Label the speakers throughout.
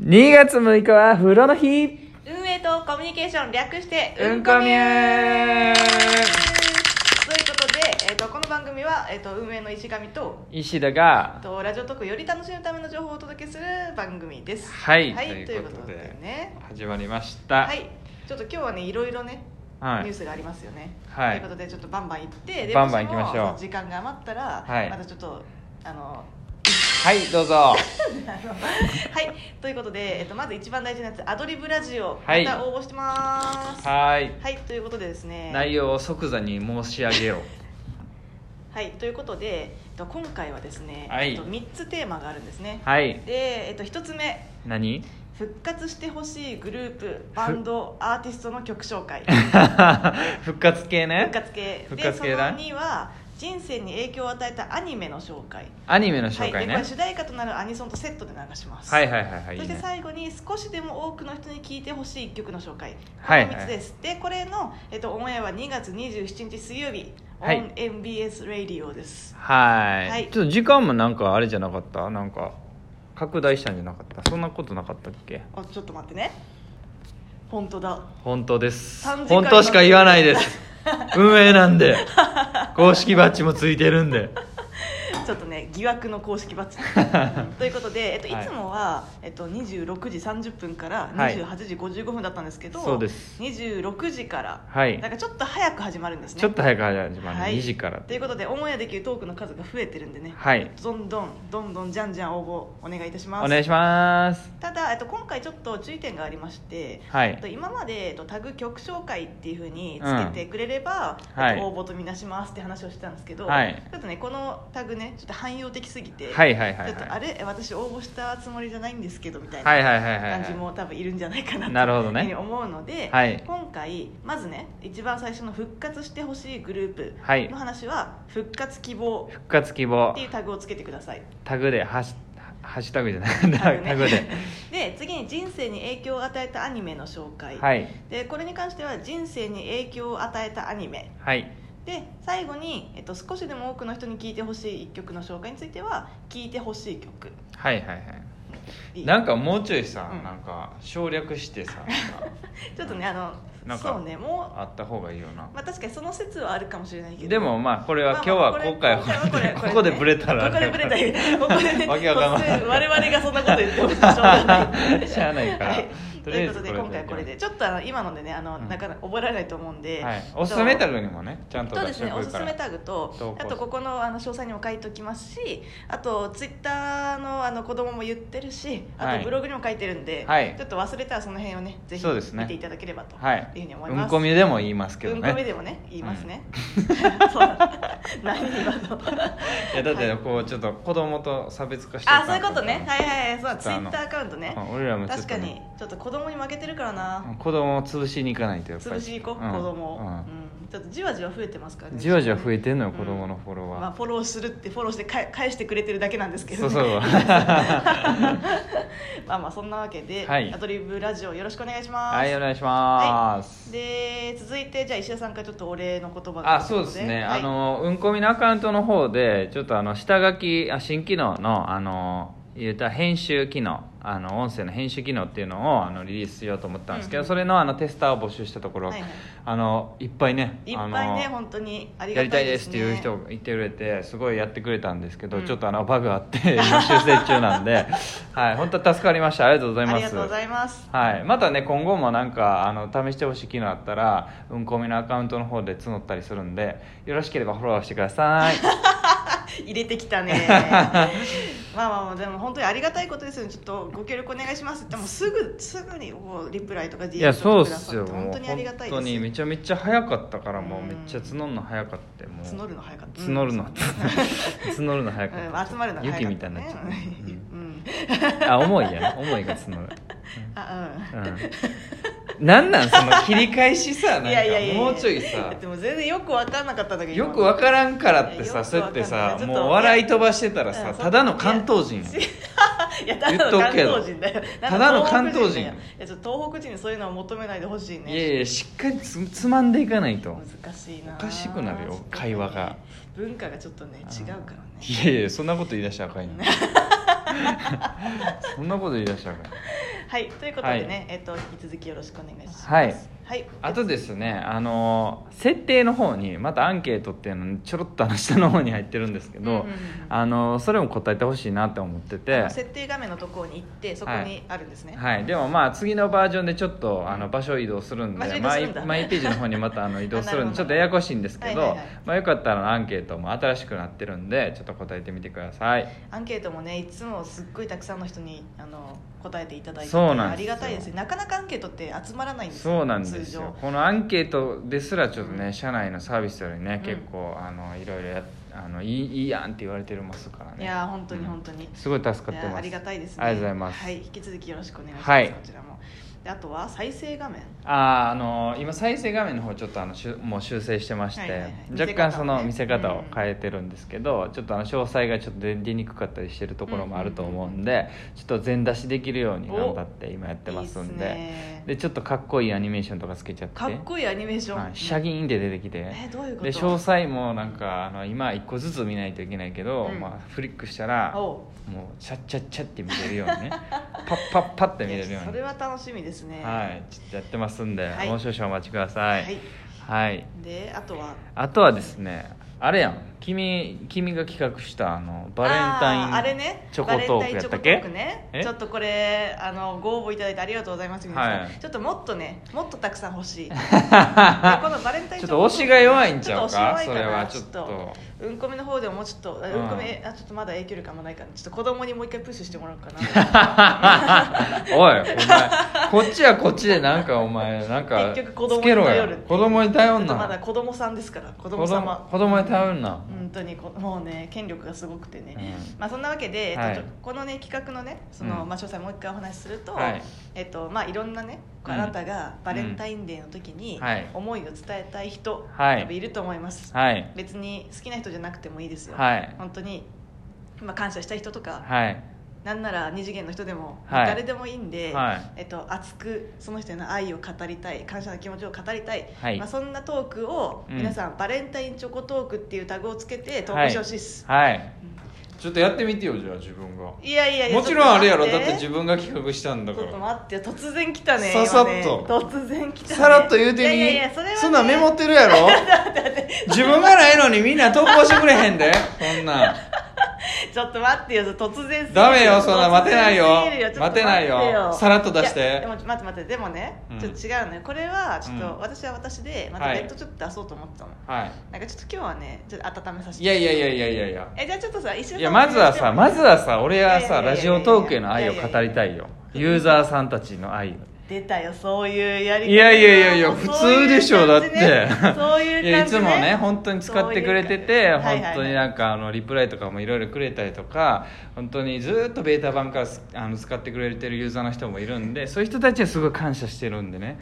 Speaker 1: 2月6日は風呂の日
Speaker 2: 運営とコミュニケーション略して
Speaker 1: うんこみゅー
Speaker 2: ということで、えー、とこの番組は、えー、と運営の石上と
Speaker 1: 石田
Speaker 2: あ
Speaker 1: が
Speaker 2: とラジオトークをより楽しむための情報をお届けする番組です
Speaker 1: はい、
Speaker 2: ということでね
Speaker 1: 始まりました
Speaker 2: はいちょっと今日はねいろいろね
Speaker 1: はい
Speaker 2: ニュースがありますよね、
Speaker 1: はい
Speaker 2: ということでちょっとバンバン行ってで
Speaker 1: バンバン行きましょう
Speaker 2: もも時間が余ったら、
Speaker 1: はい
Speaker 2: またちょっとあの
Speaker 1: はいどうぞ
Speaker 2: はいということで、えっと、まず一番大事なやつアドリブラジオ、
Speaker 1: はい
Speaker 2: また応募してますは
Speaker 1: はい
Speaker 2: いということでですね
Speaker 1: 内容を即座に申し上げよ
Speaker 2: はい、ということで、えっと、今回はですね、
Speaker 1: はい
Speaker 2: えっと、3つテーマがあるんですね
Speaker 1: う、はい
Speaker 2: で、えっと、1つ目
Speaker 1: 何
Speaker 2: 復活してほしいグループバンドアーティストの曲紹介
Speaker 1: 復活系
Speaker 2: 復
Speaker 1: ね
Speaker 2: 活系
Speaker 1: 復活系
Speaker 2: でそ
Speaker 1: だ
Speaker 2: の2は人生に影響を与えたアニメの紹介
Speaker 1: アニメの紹
Speaker 2: はい、
Speaker 1: 介
Speaker 2: で
Speaker 1: ね
Speaker 2: これ主題歌となるアニソンとセットで流します、
Speaker 1: はいはいはいはいい
Speaker 2: そ
Speaker 1: い
Speaker 2: して
Speaker 1: ね
Speaker 2: 最後に少しでも多くの人に聴いてほしい一曲の紹介こ
Speaker 1: はい
Speaker 2: の
Speaker 1: はい
Speaker 2: 3つです、でこれの、えっと、オンエアは2月27日水曜日、
Speaker 1: はい
Speaker 2: on MBS ラディオです
Speaker 1: はい、
Speaker 2: はい
Speaker 1: ちょっと時間もなんかあれじゃなかったなんか拡大したんじゃなかったそんなことなかったっけ
Speaker 2: あちょっと待ってね本当だ
Speaker 1: 本当です
Speaker 2: 3時間
Speaker 1: 本当しか言わないです 運営なんで公式バッジもついてるんで
Speaker 2: ちょっとね疑惑の公式バッジ ということで、えっと、い
Speaker 1: はい
Speaker 2: つもは、えっと、26時30分から
Speaker 1: はい
Speaker 2: 28時55分だったんですけど、
Speaker 1: そうです
Speaker 2: 26時から、
Speaker 1: はい
Speaker 2: だからちょっと早く始まるんですね
Speaker 1: ちょっと早く始まる、
Speaker 2: はい
Speaker 1: 2時から
Speaker 2: ということでオンエアできるトークの数が増えてるんでね、
Speaker 1: はい
Speaker 2: どんどんどんどんじゃんじゃん応募お願いいたします
Speaker 1: お願いします
Speaker 2: ただ、えっと、今回ちょっと注意点がありまして
Speaker 1: は
Speaker 2: えっと
Speaker 1: い
Speaker 2: 今までえっとタグ曲紹介っていうふうにつけてくれれば、
Speaker 1: うんはい
Speaker 2: えっと応募とみなしますって話をしてたんですけど、
Speaker 1: はい
Speaker 2: ちょっとねこのタグねちょっと汎用的すぎて、
Speaker 1: はいはいはいはい
Speaker 2: ちょっとあれえ私応募したつもりじゃないんですけどみたい
Speaker 1: は
Speaker 2: ない
Speaker 1: はいはいはい
Speaker 2: 感じも多分いるんじゃないかなと
Speaker 1: なるほどね
Speaker 2: いうふうに思うので、
Speaker 1: はい
Speaker 2: 今回まずね一番最初の復活してほしいグルー
Speaker 1: はい
Speaker 2: プの話は「復活希望」
Speaker 1: 復活希望
Speaker 2: っていうタグをつけてください
Speaker 1: タグでハッシュハッシュタグじゃ ない
Speaker 2: タ
Speaker 1: タグ,、
Speaker 2: グね
Speaker 1: で
Speaker 2: で次に人生に影響を与えたアニメの紹介、
Speaker 1: はい
Speaker 2: でこれに関しては人生に影響を与えたアニメ
Speaker 1: はい
Speaker 2: で最後に、えっと、少しでも多くの人に聴いてほしい一曲の紹介については聴いてほしい曲
Speaker 1: はいはいはい
Speaker 2: いい
Speaker 1: なんかもうちょいさ、
Speaker 2: うん
Speaker 1: なんか省略してさなんか
Speaker 2: ちょっとねあの
Speaker 1: なんか
Speaker 2: そうねも
Speaker 1: あった方がいいよな
Speaker 2: う、まあ、確かにその説はあるかもしれないけど
Speaker 1: でもまあこれは
Speaker 2: まあ
Speaker 1: 今日
Speaker 2: まあ
Speaker 1: は今
Speaker 2: これ
Speaker 1: 回は
Speaker 2: これは
Speaker 1: こ
Speaker 2: れ
Speaker 1: こでブレたら
Speaker 2: ここでブレたらここでね
Speaker 1: わけわかんない
Speaker 2: 突然我々がそんなこと言ってもしょうがな い
Speaker 1: しゃあないから
Speaker 2: はい
Speaker 1: と
Speaker 2: と
Speaker 1: りあ
Speaker 2: い
Speaker 1: え
Speaker 2: うこ
Speaker 1: ずこれで
Speaker 2: とで今回はこれでちょっとあの今のでねあの、
Speaker 1: うん
Speaker 2: なかなか覚えられないと思うんで、
Speaker 1: はい、おすすめタ
Speaker 2: グ
Speaker 1: グにもねちゃんと
Speaker 2: そうですねお
Speaker 1: 出
Speaker 2: す
Speaker 1: てくるから
Speaker 2: すめタグと
Speaker 1: 投稿
Speaker 2: あとここのあの詳細にも書いておきますしあとツイッターのあの子供も言ってるしあ
Speaker 1: はい
Speaker 2: とブログにも書いてるんで、
Speaker 1: はい
Speaker 2: ちょっと忘れたらその辺をねぜひ
Speaker 1: そうですね
Speaker 2: 見ていただければと
Speaker 1: はい
Speaker 2: いうふうに思いうます。
Speaker 1: んこみでも言いますけど
Speaker 2: うんこめ
Speaker 1: ね
Speaker 2: でもね言いますね、 そう何今の
Speaker 1: いやだってこうちょっと子供と差別化して
Speaker 2: あそういうことねはいいはいはいそう
Speaker 1: ち
Speaker 2: ツ
Speaker 1: ょ
Speaker 2: イ
Speaker 1: っとあの
Speaker 2: ッターアカウントね
Speaker 1: 俺らもちょっ
Speaker 2: 確か
Speaker 1: と
Speaker 2: に
Speaker 1: ね
Speaker 2: ちょっと子供に負けてるからな
Speaker 1: 子供を潰しに行かないとやっぱり
Speaker 2: 潰しに行こう、
Speaker 1: うん
Speaker 2: 子供を、
Speaker 1: う
Speaker 2: うんんちょっとじわじわ増えてますからね
Speaker 1: じわじわ増えてんのよ子
Speaker 2: う
Speaker 1: 供
Speaker 2: ん
Speaker 1: のフォロ
Speaker 2: まあ、
Speaker 1: ワ
Speaker 2: フォローするってフォローしてかえ返してくれてるだけなんですけ
Speaker 1: ー
Speaker 2: ど、
Speaker 1: そ
Speaker 2: ね、
Speaker 1: う そう
Speaker 2: まあまあそんなわけで、
Speaker 1: はい
Speaker 2: アドリブラジオよろしくお願いします、
Speaker 1: はいお願いします
Speaker 2: で続いてじゃあ石田さんからちょっとお礼の言葉が
Speaker 1: あそうですね、
Speaker 2: はい
Speaker 1: あのうんこみのアカウントの方でちょっとあの下書きあ新機能のあの言うたら編集機能あの音声の編集機能っていうのをあのリリースしようと思ったんですけど、
Speaker 2: うんうん
Speaker 1: それのあのテスターを募集したところ、
Speaker 2: はいはい
Speaker 1: あのいっぱいね
Speaker 2: いっぱいね
Speaker 1: あの
Speaker 2: 本当にあり
Speaker 1: や
Speaker 2: が
Speaker 1: り
Speaker 2: た
Speaker 1: た
Speaker 2: い
Speaker 1: いで
Speaker 2: です、
Speaker 1: すっ
Speaker 2: ね、
Speaker 1: ていう人がいてくれてすごいやってくれたんですけど、
Speaker 2: うん
Speaker 1: ちょっとあのバグがあって 今修正中なんで、はい、本当助かりましたありがとうござい
Speaker 2: あ
Speaker 1: ま
Speaker 2: りが
Speaker 1: す
Speaker 2: とうございます
Speaker 1: はい、またね今後もなんかあの試してほしい機能あったらうんこみのアカウントの方で募ったりするんでよろしければフォローしてください
Speaker 2: 入れてきたねまあまあまあでも本当にありがたいことですよねちょっとご協力お願いしますってもうすぐすぐにもうリプライとか DM
Speaker 1: いや
Speaker 2: とか
Speaker 1: そうっ
Speaker 2: くださ
Speaker 1: す
Speaker 2: っ
Speaker 1: よ
Speaker 2: て
Speaker 1: もう
Speaker 2: 本当にありが
Speaker 1: 本
Speaker 2: たい
Speaker 1: 当にめ
Speaker 2: で
Speaker 1: ちゃめちゃ早かったからもう
Speaker 2: うん
Speaker 1: めっちゃ募るの早かったもう
Speaker 2: す募るの早かった
Speaker 1: 募るの 募るの早かった
Speaker 2: うん、集まるのが早かった、ね、
Speaker 1: 雪みたいになっちゃった
Speaker 2: うん
Speaker 1: あ重いやん重いが募る
Speaker 2: あうん
Speaker 1: うんなんなんその切り返しさなんか
Speaker 2: いやい やいや
Speaker 1: もうちょい
Speaker 2: だ
Speaker 1: さ
Speaker 2: ってもう全然よく分かんなかったんだけど
Speaker 1: よくわからんからって
Speaker 2: いや
Speaker 1: さ
Speaker 2: よく
Speaker 1: そうやって
Speaker 2: わか
Speaker 1: さ
Speaker 2: んないちょっと
Speaker 1: もう笑い飛ばしてたら
Speaker 2: う
Speaker 1: さ
Speaker 2: ん
Speaker 1: ただの関東人やん
Speaker 2: いやただの関東人だよ
Speaker 1: ただの関東人
Speaker 2: いやちょっと東北人にそういうのを求めないでほしいね
Speaker 1: いやいやしっかりつつまんでいかないと
Speaker 2: 難しいな
Speaker 1: おかしくなるよ会話が
Speaker 2: 文化がちょっとね違うからね
Speaker 1: いやいやそんなこと言い出したらあかんよそんなこと言い出したらあかんよ
Speaker 2: はいということでね、
Speaker 1: は
Speaker 2: えっと引き続きよろしくお願いします
Speaker 1: はい
Speaker 2: はい
Speaker 1: あとですねあの設定の方にまたアンケートっていうのにちょろっとあの下の方に入ってるんですけど、
Speaker 2: うんうんうん
Speaker 1: あのそれも答えてほしいなって思ってて
Speaker 2: あの設定画面のところに行ってそこにあるんですね、
Speaker 1: はい、でもまあ次のバージョンでちょっとあの場所移動するん
Speaker 2: 場所
Speaker 1: で
Speaker 2: 移動
Speaker 1: マ
Speaker 2: するん
Speaker 1: イ
Speaker 2: だ
Speaker 1: マイページの方にまたあ の移動するん
Speaker 2: あなるほ
Speaker 1: で
Speaker 2: ど
Speaker 1: ちょっとややこしいんですけど、
Speaker 2: はいはいはい
Speaker 1: まあ、よかったらアンケートも新しくなってるんでちょっと答えてみてください
Speaker 2: アンケートもねいつもすっごいたくさんの人にあの答えていただいてて
Speaker 1: そうなん
Speaker 2: あ
Speaker 1: です
Speaker 2: り
Speaker 1: よ
Speaker 2: がたいですねなかなかアンケートって集まらないんですよ
Speaker 1: そうなんですよこのアンケートですらちょっとね、
Speaker 2: うん
Speaker 1: 社内のサービスよりね
Speaker 2: うん
Speaker 1: 結構あのいろいろやあのいいいいやんって言われてるますから
Speaker 2: 通常
Speaker 1: ね
Speaker 2: いやー本当に本当に、
Speaker 1: すごい助かって
Speaker 2: いやー
Speaker 1: ます
Speaker 2: ありがたいですね
Speaker 1: ありがとうございます
Speaker 2: はい、引き続きよろしくお願いします、
Speaker 1: はい
Speaker 2: こちらもであとは再生画面
Speaker 1: あーあのー今再生画面の方ちょっとあのしゅもう修正してまして、
Speaker 2: はいはいはい
Speaker 1: 若干その見
Speaker 2: 見
Speaker 1: せ
Speaker 2: せ
Speaker 1: 方
Speaker 2: 方
Speaker 1: を
Speaker 2: をね
Speaker 1: 変えてるんですけど、ちょっとあの詳細がちょっと出出にくかったりしてるところもあると思うんで、ちょっと全出しできるように頑張って今やってますんで
Speaker 2: いいっすね
Speaker 1: でちょっとかっこいいアニメーションとかつけちゃって
Speaker 2: かっこいいアニメーション、
Speaker 1: はいシャギーンって出てきて、
Speaker 2: えどういうこと
Speaker 1: で詳細もなんかあの今一個ずつ見ないといけないけど、
Speaker 2: うん
Speaker 1: まあ、フリックしたらも
Speaker 2: お
Speaker 1: うシャッチャッチャって見れるように ねパッパッパって見れる
Speaker 2: い
Speaker 1: よ
Speaker 2: や
Speaker 1: う
Speaker 2: そ
Speaker 1: に
Speaker 2: れは楽しみですね
Speaker 1: はい、ちょっとやってますんで、
Speaker 2: はい
Speaker 1: もう少々お待ちください。
Speaker 2: はい、
Speaker 1: はい
Speaker 2: であとは
Speaker 1: あとはですね、あれやん、君、君が企画したあのバレン
Speaker 2: あーあ
Speaker 1: タイ
Speaker 2: れ
Speaker 1: ン
Speaker 2: ね
Speaker 1: チョコトークやったっけ？
Speaker 2: バレンタインチョコトークね
Speaker 1: え
Speaker 2: ちょっとこれあのご応募いただいてありがとうございます皆さん、
Speaker 1: はい
Speaker 2: ちょっともっとねもっとたくさん欲し いでこのバレンタ
Speaker 1: ちょっ
Speaker 2: インチョコトーク
Speaker 1: と推しが弱いんちゃう
Speaker 2: ちょっと
Speaker 1: か
Speaker 2: 推し
Speaker 1: そ
Speaker 2: 弱い
Speaker 1: れ
Speaker 2: か
Speaker 1: は
Speaker 2: な
Speaker 1: ちょっ
Speaker 2: ちょっ
Speaker 1: と
Speaker 2: うんこみの方でももうちょっと、あ
Speaker 1: うん
Speaker 2: うんこみえあちょっとまだ影響力あんまないからちょっと子供にもう一回プッシュしてもらおうかな
Speaker 1: おいお前こっちはこっちでなんかお前なんか
Speaker 2: 結局子供
Speaker 1: つ
Speaker 2: に
Speaker 1: けろ
Speaker 2: 頼
Speaker 1: や
Speaker 2: るっていう
Speaker 1: 子供に頼
Speaker 2: ちょ
Speaker 1: ん
Speaker 2: っとまだ
Speaker 1: な
Speaker 2: 子供さんですから子
Speaker 1: 子
Speaker 2: 供様
Speaker 1: 供子供に頼んな
Speaker 2: 本当にこもうね権力がすごくてね、
Speaker 1: う
Speaker 2: まあ、そんなわけで、えっと
Speaker 1: はい
Speaker 2: ちょこのね企画のねその、
Speaker 1: うん
Speaker 2: まあ、詳細もう一回お話しすると、
Speaker 1: はい
Speaker 2: えっとまあ、いろんなね
Speaker 1: うん
Speaker 2: あなたがバレンタインデーの時に
Speaker 1: うんはい
Speaker 2: 思いを伝えたい人、
Speaker 1: はい
Speaker 2: 多分いると思います、
Speaker 1: はい
Speaker 2: 別に好きな人じゃなくてもいいですよ、
Speaker 1: はい
Speaker 2: 本当にまあ感謝したい人とか、
Speaker 1: はい
Speaker 2: なんなら二次元の人でも、
Speaker 1: はい
Speaker 2: 誰でもいいんで、
Speaker 1: はい
Speaker 2: えっと、熱くその人への愛を語りたい感謝の気持ちを語りたい、
Speaker 1: はい
Speaker 2: まあ、そんなトークを
Speaker 1: うん
Speaker 2: 皆さん、バレンタインチョコトークっていうタグをつけて投稿してほしいです、
Speaker 1: はいちょっとやってみてよじゃあ自分が
Speaker 2: い、やいやいや
Speaker 1: もちろんあれやろ
Speaker 2: ちょ
Speaker 1: だ
Speaker 2: と
Speaker 1: っ
Speaker 2: 待
Speaker 1: て自分が企画したんだ
Speaker 2: ち
Speaker 1: か
Speaker 2: ょっと
Speaker 1: ら
Speaker 2: 待って突然来たね
Speaker 1: ささっと
Speaker 2: 今ね突然来たね
Speaker 1: さらっと言うてみ
Speaker 2: いやいやいやそれは、ね、
Speaker 1: んなんメモってるやろ 自分がないのにみんな投稿してくれへんでそんなん
Speaker 2: ちょっと待ってよ突然すぎる
Speaker 1: ダメよそんな
Speaker 2: 突
Speaker 1: 待
Speaker 2: 然
Speaker 1: てないよ
Speaker 2: すぎるちょっと
Speaker 1: 待てないよ
Speaker 2: 待って
Speaker 1: さらっと出して
Speaker 2: いやでも待って待ってでもね
Speaker 1: うん
Speaker 2: ちょっと違うのよこれはちょっ
Speaker 1: う
Speaker 2: と
Speaker 1: ん
Speaker 2: 私は私でまた
Speaker 1: はい
Speaker 2: 別途ちょっと出そうと思ってたの、
Speaker 1: は
Speaker 2: なんかちょっと今日はねちょっと温めさせ
Speaker 1: い
Speaker 2: て
Speaker 1: いやいやいやいやいやいや
Speaker 2: えじゃあちょっとさ一緒
Speaker 1: い
Speaker 2: に
Speaker 1: やまずはさまずはさ俺はい
Speaker 2: やいや
Speaker 1: さ
Speaker 2: いやいや
Speaker 1: ラジオトークへの愛を語りたいよユーザーさんたちの愛を
Speaker 2: 出たよそういうやり方
Speaker 1: いやいやいやいや
Speaker 2: もう
Speaker 1: 普
Speaker 2: そうい
Speaker 1: 通
Speaker 2: う
Speaker 1: でしょだ
Speaker 2: 感
Speaker 1: って
Speaker 2: じねそういう感じ、ね、
Speaker 1: いやいつもね本当に使ってくれてて
Speaker 2: そうい
Speaker 1: 本
Speaker 2: う感じ
Speaker 1: 当になんかあのリプライとかもいろいろくれたりとか本当にずっとベータ版からすあの使ってくれてるユーザーの人もいるんでそういう人たちはすごい感謝してるんで ね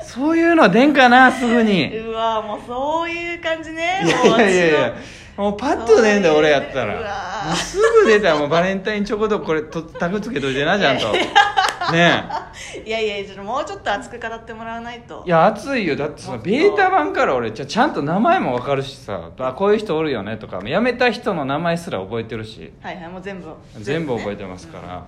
Speaker 1: そういうの出んかなすぐに
Speaker 2: うわもうそういう感じね
Speaker 1: い
Speaker 2: も
Speaker 1: や
Speaker 2: う私の
Speaker 1: いやいやもうパッとねんだよ
Speaker 2: そう
Speaker 1: 俺
Speaker 2: ね
Speaker 1: やった
Speaker 2: うわ
Speaker 1: ら
Speaker 2: ー
Speaker 1: もうすぐ出たらもうバレンタインチョコとこれとタグつけといてなちゃんとね
Speaker 2: いやいやいやちょっともうちょっと熱く語ってもらわないと
Speaker 1: えいや熱いよだってそのベータ版から俺ちゃちゃんと名前も分かるしさあこういう人おるよねとか辞めた人の名前すら覚えてるし
Speaker 2: はいはいもう全部
Speaker 1: 全部覚え
Speaker 2: て
Speaker 1: てますから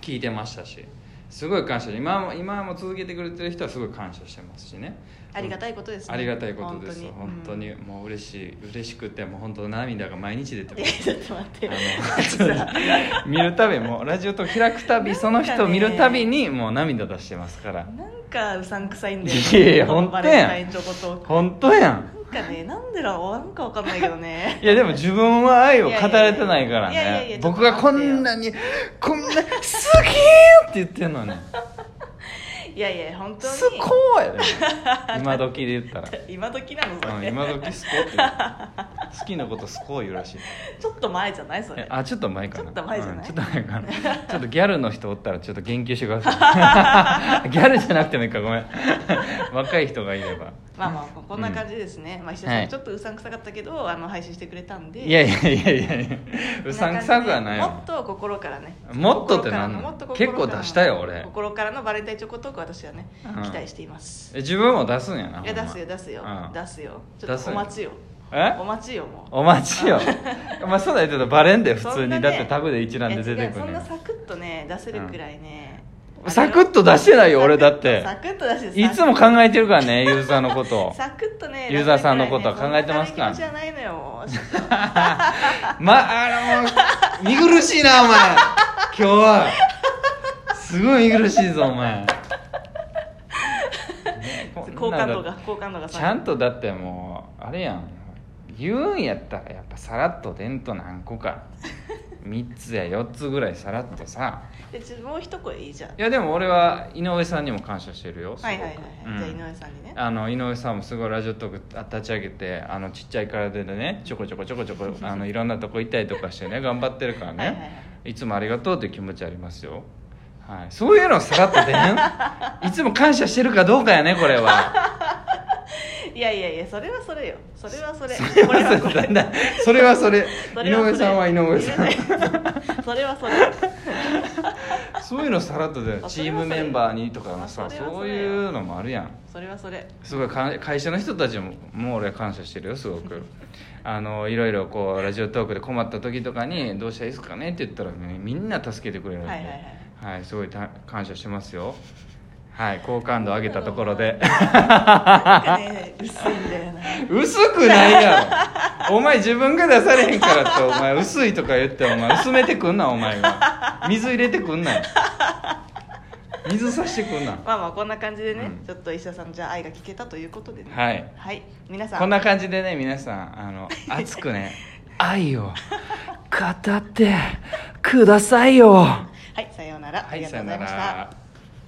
Speaker 1: 聞いてましたしすごい感謝今も今も続けてくれてる人はすごい感謝してますしね
Speaker 2: ありがたいことですね
Speaker 1: ありがたいことですよ本
Speaker 2: 本
Speaker 1: 当
Speaker 2: 当
Speaker 1: に
Speaker 2: に
Speaker 1: もう嬉しい嬉しくてもう本当涙が毎日出て
Speaker 2: い
Speaker 1: ま
Speaker 2: や
Speaker 1: す
Speaker 2: ちょっと待ってよ
Speaker 1: あのちょっと見るたびもうラジオと開くたびその人を見るたびにもう涙出してますから
Speaker 2: なんかうさんくさいんだ
Speaker 1: いやいや
Speaker 2: この
Speaker 1: 本
Speaker 2: バ
Speaker 1: 当やん
Speaker 2: レンタインチョコトーク
Speaker 1: 本当やん
Speaker 2: なんかねなんでだろうなんかわかんないけどね
Speaker 1: いやでも自分は愛を語れてないから
Speaker 2: いやいやいやい
Speaker 1: ね
Speaker 2: やちょっ
Speaker 1: 僕
Speaker 2: と待ってよ
Speaker 1: がこんなにこんな「好き!」って言ってんのに
Speaker 2: いやいや本
Speaker 1: 「
Speaker 2: 当に
Speaker 1: すこーやで今時で言ったら、
Speaker 2: 今時なのそ
Speaker 1: うん、
Speaker 2: れ、
Speaker 1: 今時すこーって好きなことすこー言うらしい
Speaker 2: ちょっと前じゃないそれ
Speaker 1: あちょっと前かな
Speaker 2: ちょっと前じゃない
Speaker 1: うんちょっと前 かなちょっとギャルの人おったらちょっと言及してくださ いギャルじゃなくてもいいかごめん若い人がいれば
Speaker 2: まあまあこんな感じですね、まあ石田さん
Speaker 1: は
Speaker 2: も
Speaker 1: い
Speaker 2: ちょっとうさんくさかったけどあの配信してくれたんで
Speaker 1: いやいやいやいやいやうさんくさくはない
Speaker 2: もっ
Speaker 1: よ
Speaker 2: と心からね
Speaker 1: もっとってなんな
Speaker 2: 心
Speaker 1: の
Speaker 2: からもっと心
Speaker 1: 結
Speaker 2: から
Speaker 1: 構出したよ俺
Speaker 2: 心からのバレンタインチョコトーク私はね、
Speaker 1: うん
Speaker 2: 期待しています
Speaker 1: え自分も出すんやない
Speaker 2: や
Speaker 1: ほん
Speaker 2: 出
Speaker 1: ます
Speaker 2: よ出すよ、
Speaker 1: うん
Speaker 2: 出すよちょっ
Speaker 1: 出す
Speaker 2: と
Speaker 1: よ
Speaker 2: お待ちよ
Speaker 1: え
Speaker 2: お待ちよもう
Speaker 1: お待ち よまあそうだよちょっとバレんだよ普
Speaker 2: そ
Speaker 1: 通
Speaker 2: んな
Speaker 1: に
Speaker 2: ね
Speaker 1: だってタグで一覧で出
Speaker 2: い
Speaker 1: て
Speaker 2: や違う
Speaker 1: く
Speaker 2: そ
Speaker 1: る
Speaker 2: んなサクッとね出せるくらいね、
Speaker 1: サクッと出してないよ俺だって
Speaker 2: サクッと出して
Speaker 1: いつも考えてるから ねユーザーのことを
Speaker 2: サクッとね
Speaker 1: ユーザーさんのことは考えてますか
Speaker 2: そんな軽い気持ちはないのよ
Speaker 1: まあの見苦しいなお前今日はすごい見苦しいぞお前ねこん
Speaker 2: 好
Speaker 1: な
Speaker 2: 感
Speaker 1: の
Speaker 2: 度が好感度が
Speaker 1: ちゃんとだってもうあれやん言うんやったらやっぱさらっとでんと何個か3つや4つぐらいさらっとさ
Speaker 2: でちょもう一声いいじゃん
Speaker 1: いやでも俺は井上さんにも感謝してるよすごく
Speaker 2: はいはいはい、はいじゃあ
Speaker 1: うん
Speaker 2: 井上さんにね
Speaker 1: あの井上さんもすごいラジオトーク立ち上げてあのちっちゃい体でねちょこちょこちょこちょ こあのいろんなとこ行ったりとかしてね頑張ってるからね、
Speaker 2: はいはいはい
Speaker 1: つもありがとうという気持ちありますよ、はい、そういうのをさらっ と出んいつも感謝してるかどうかやねこれはい
Speaker 2: やいやいやそれはそれよそれはそれ
Speaker 1: それ
Speaker 2: これは
Speaker 1: は
Speaker 2: こ
Speaker 1: そ
Speaker 2: れ
Speaker 1: れだんだん それはそれ
Speaker 2: そ
Speaker 1: 井
Speaker 2: れはそれ
Speaker 1: 上さんは井上さん
Speaker 2: それはそれ
Speaker 1: そういうのさらっと出る
Speaker 2: あ
Speaker 1: チ
Speaker 2: それ
Speaker 1: ー
Speaker 2: はそ
Speaker 1: ム
Speaker 2: れ
Speaker 1: メンバーにとかの
Speaker 2: あ
Speaker 1: さ
Speaker 2: それは
Speaker 1: そ
Speaker 2: そうれ
Speaker 1: いうのもあるやん
Speaker 2: それはそ れ
Speaker 1: すごいか会社の人たちももう俺は感謝してるよすごくあのいろいろこうラジオトークで困った時とかに「どうしたらいいですかね?」って言ったら、ね、みんな助けてくれるんで、
Speaker 2: はいはい
Speaker 1: はいすごいた感謝してますよはい好感度上げたところで
Speaker 2: なんかね薄いんだよな
Speaker 1: 薄くないやろお前自分が出されへんからってお前薄いとか言ってお前薄めてくんなお前が水入れてくんな水さしてくんな
Speaker 2: まあまあこんな感じでね、
Speaker 1: うん
Speaker 2: ちょっと石田さんのじゃあ愛が聞けたということでね
Speaker 1: はい
Speaker 2: 皆さん
Speaker 1: こんな感じでね皆さんあ の熱くね愛を語ってくださいよは
Speaker 2: はいさようなら、あり
Speaker 1: い
Speaker 2: が
Speaker 1: さ
Speaker 2: とう
Speaker 1: よ
Speaker 2: ござ
Speaker 1: ない
Speaker 2: ました
Speaker 1: ら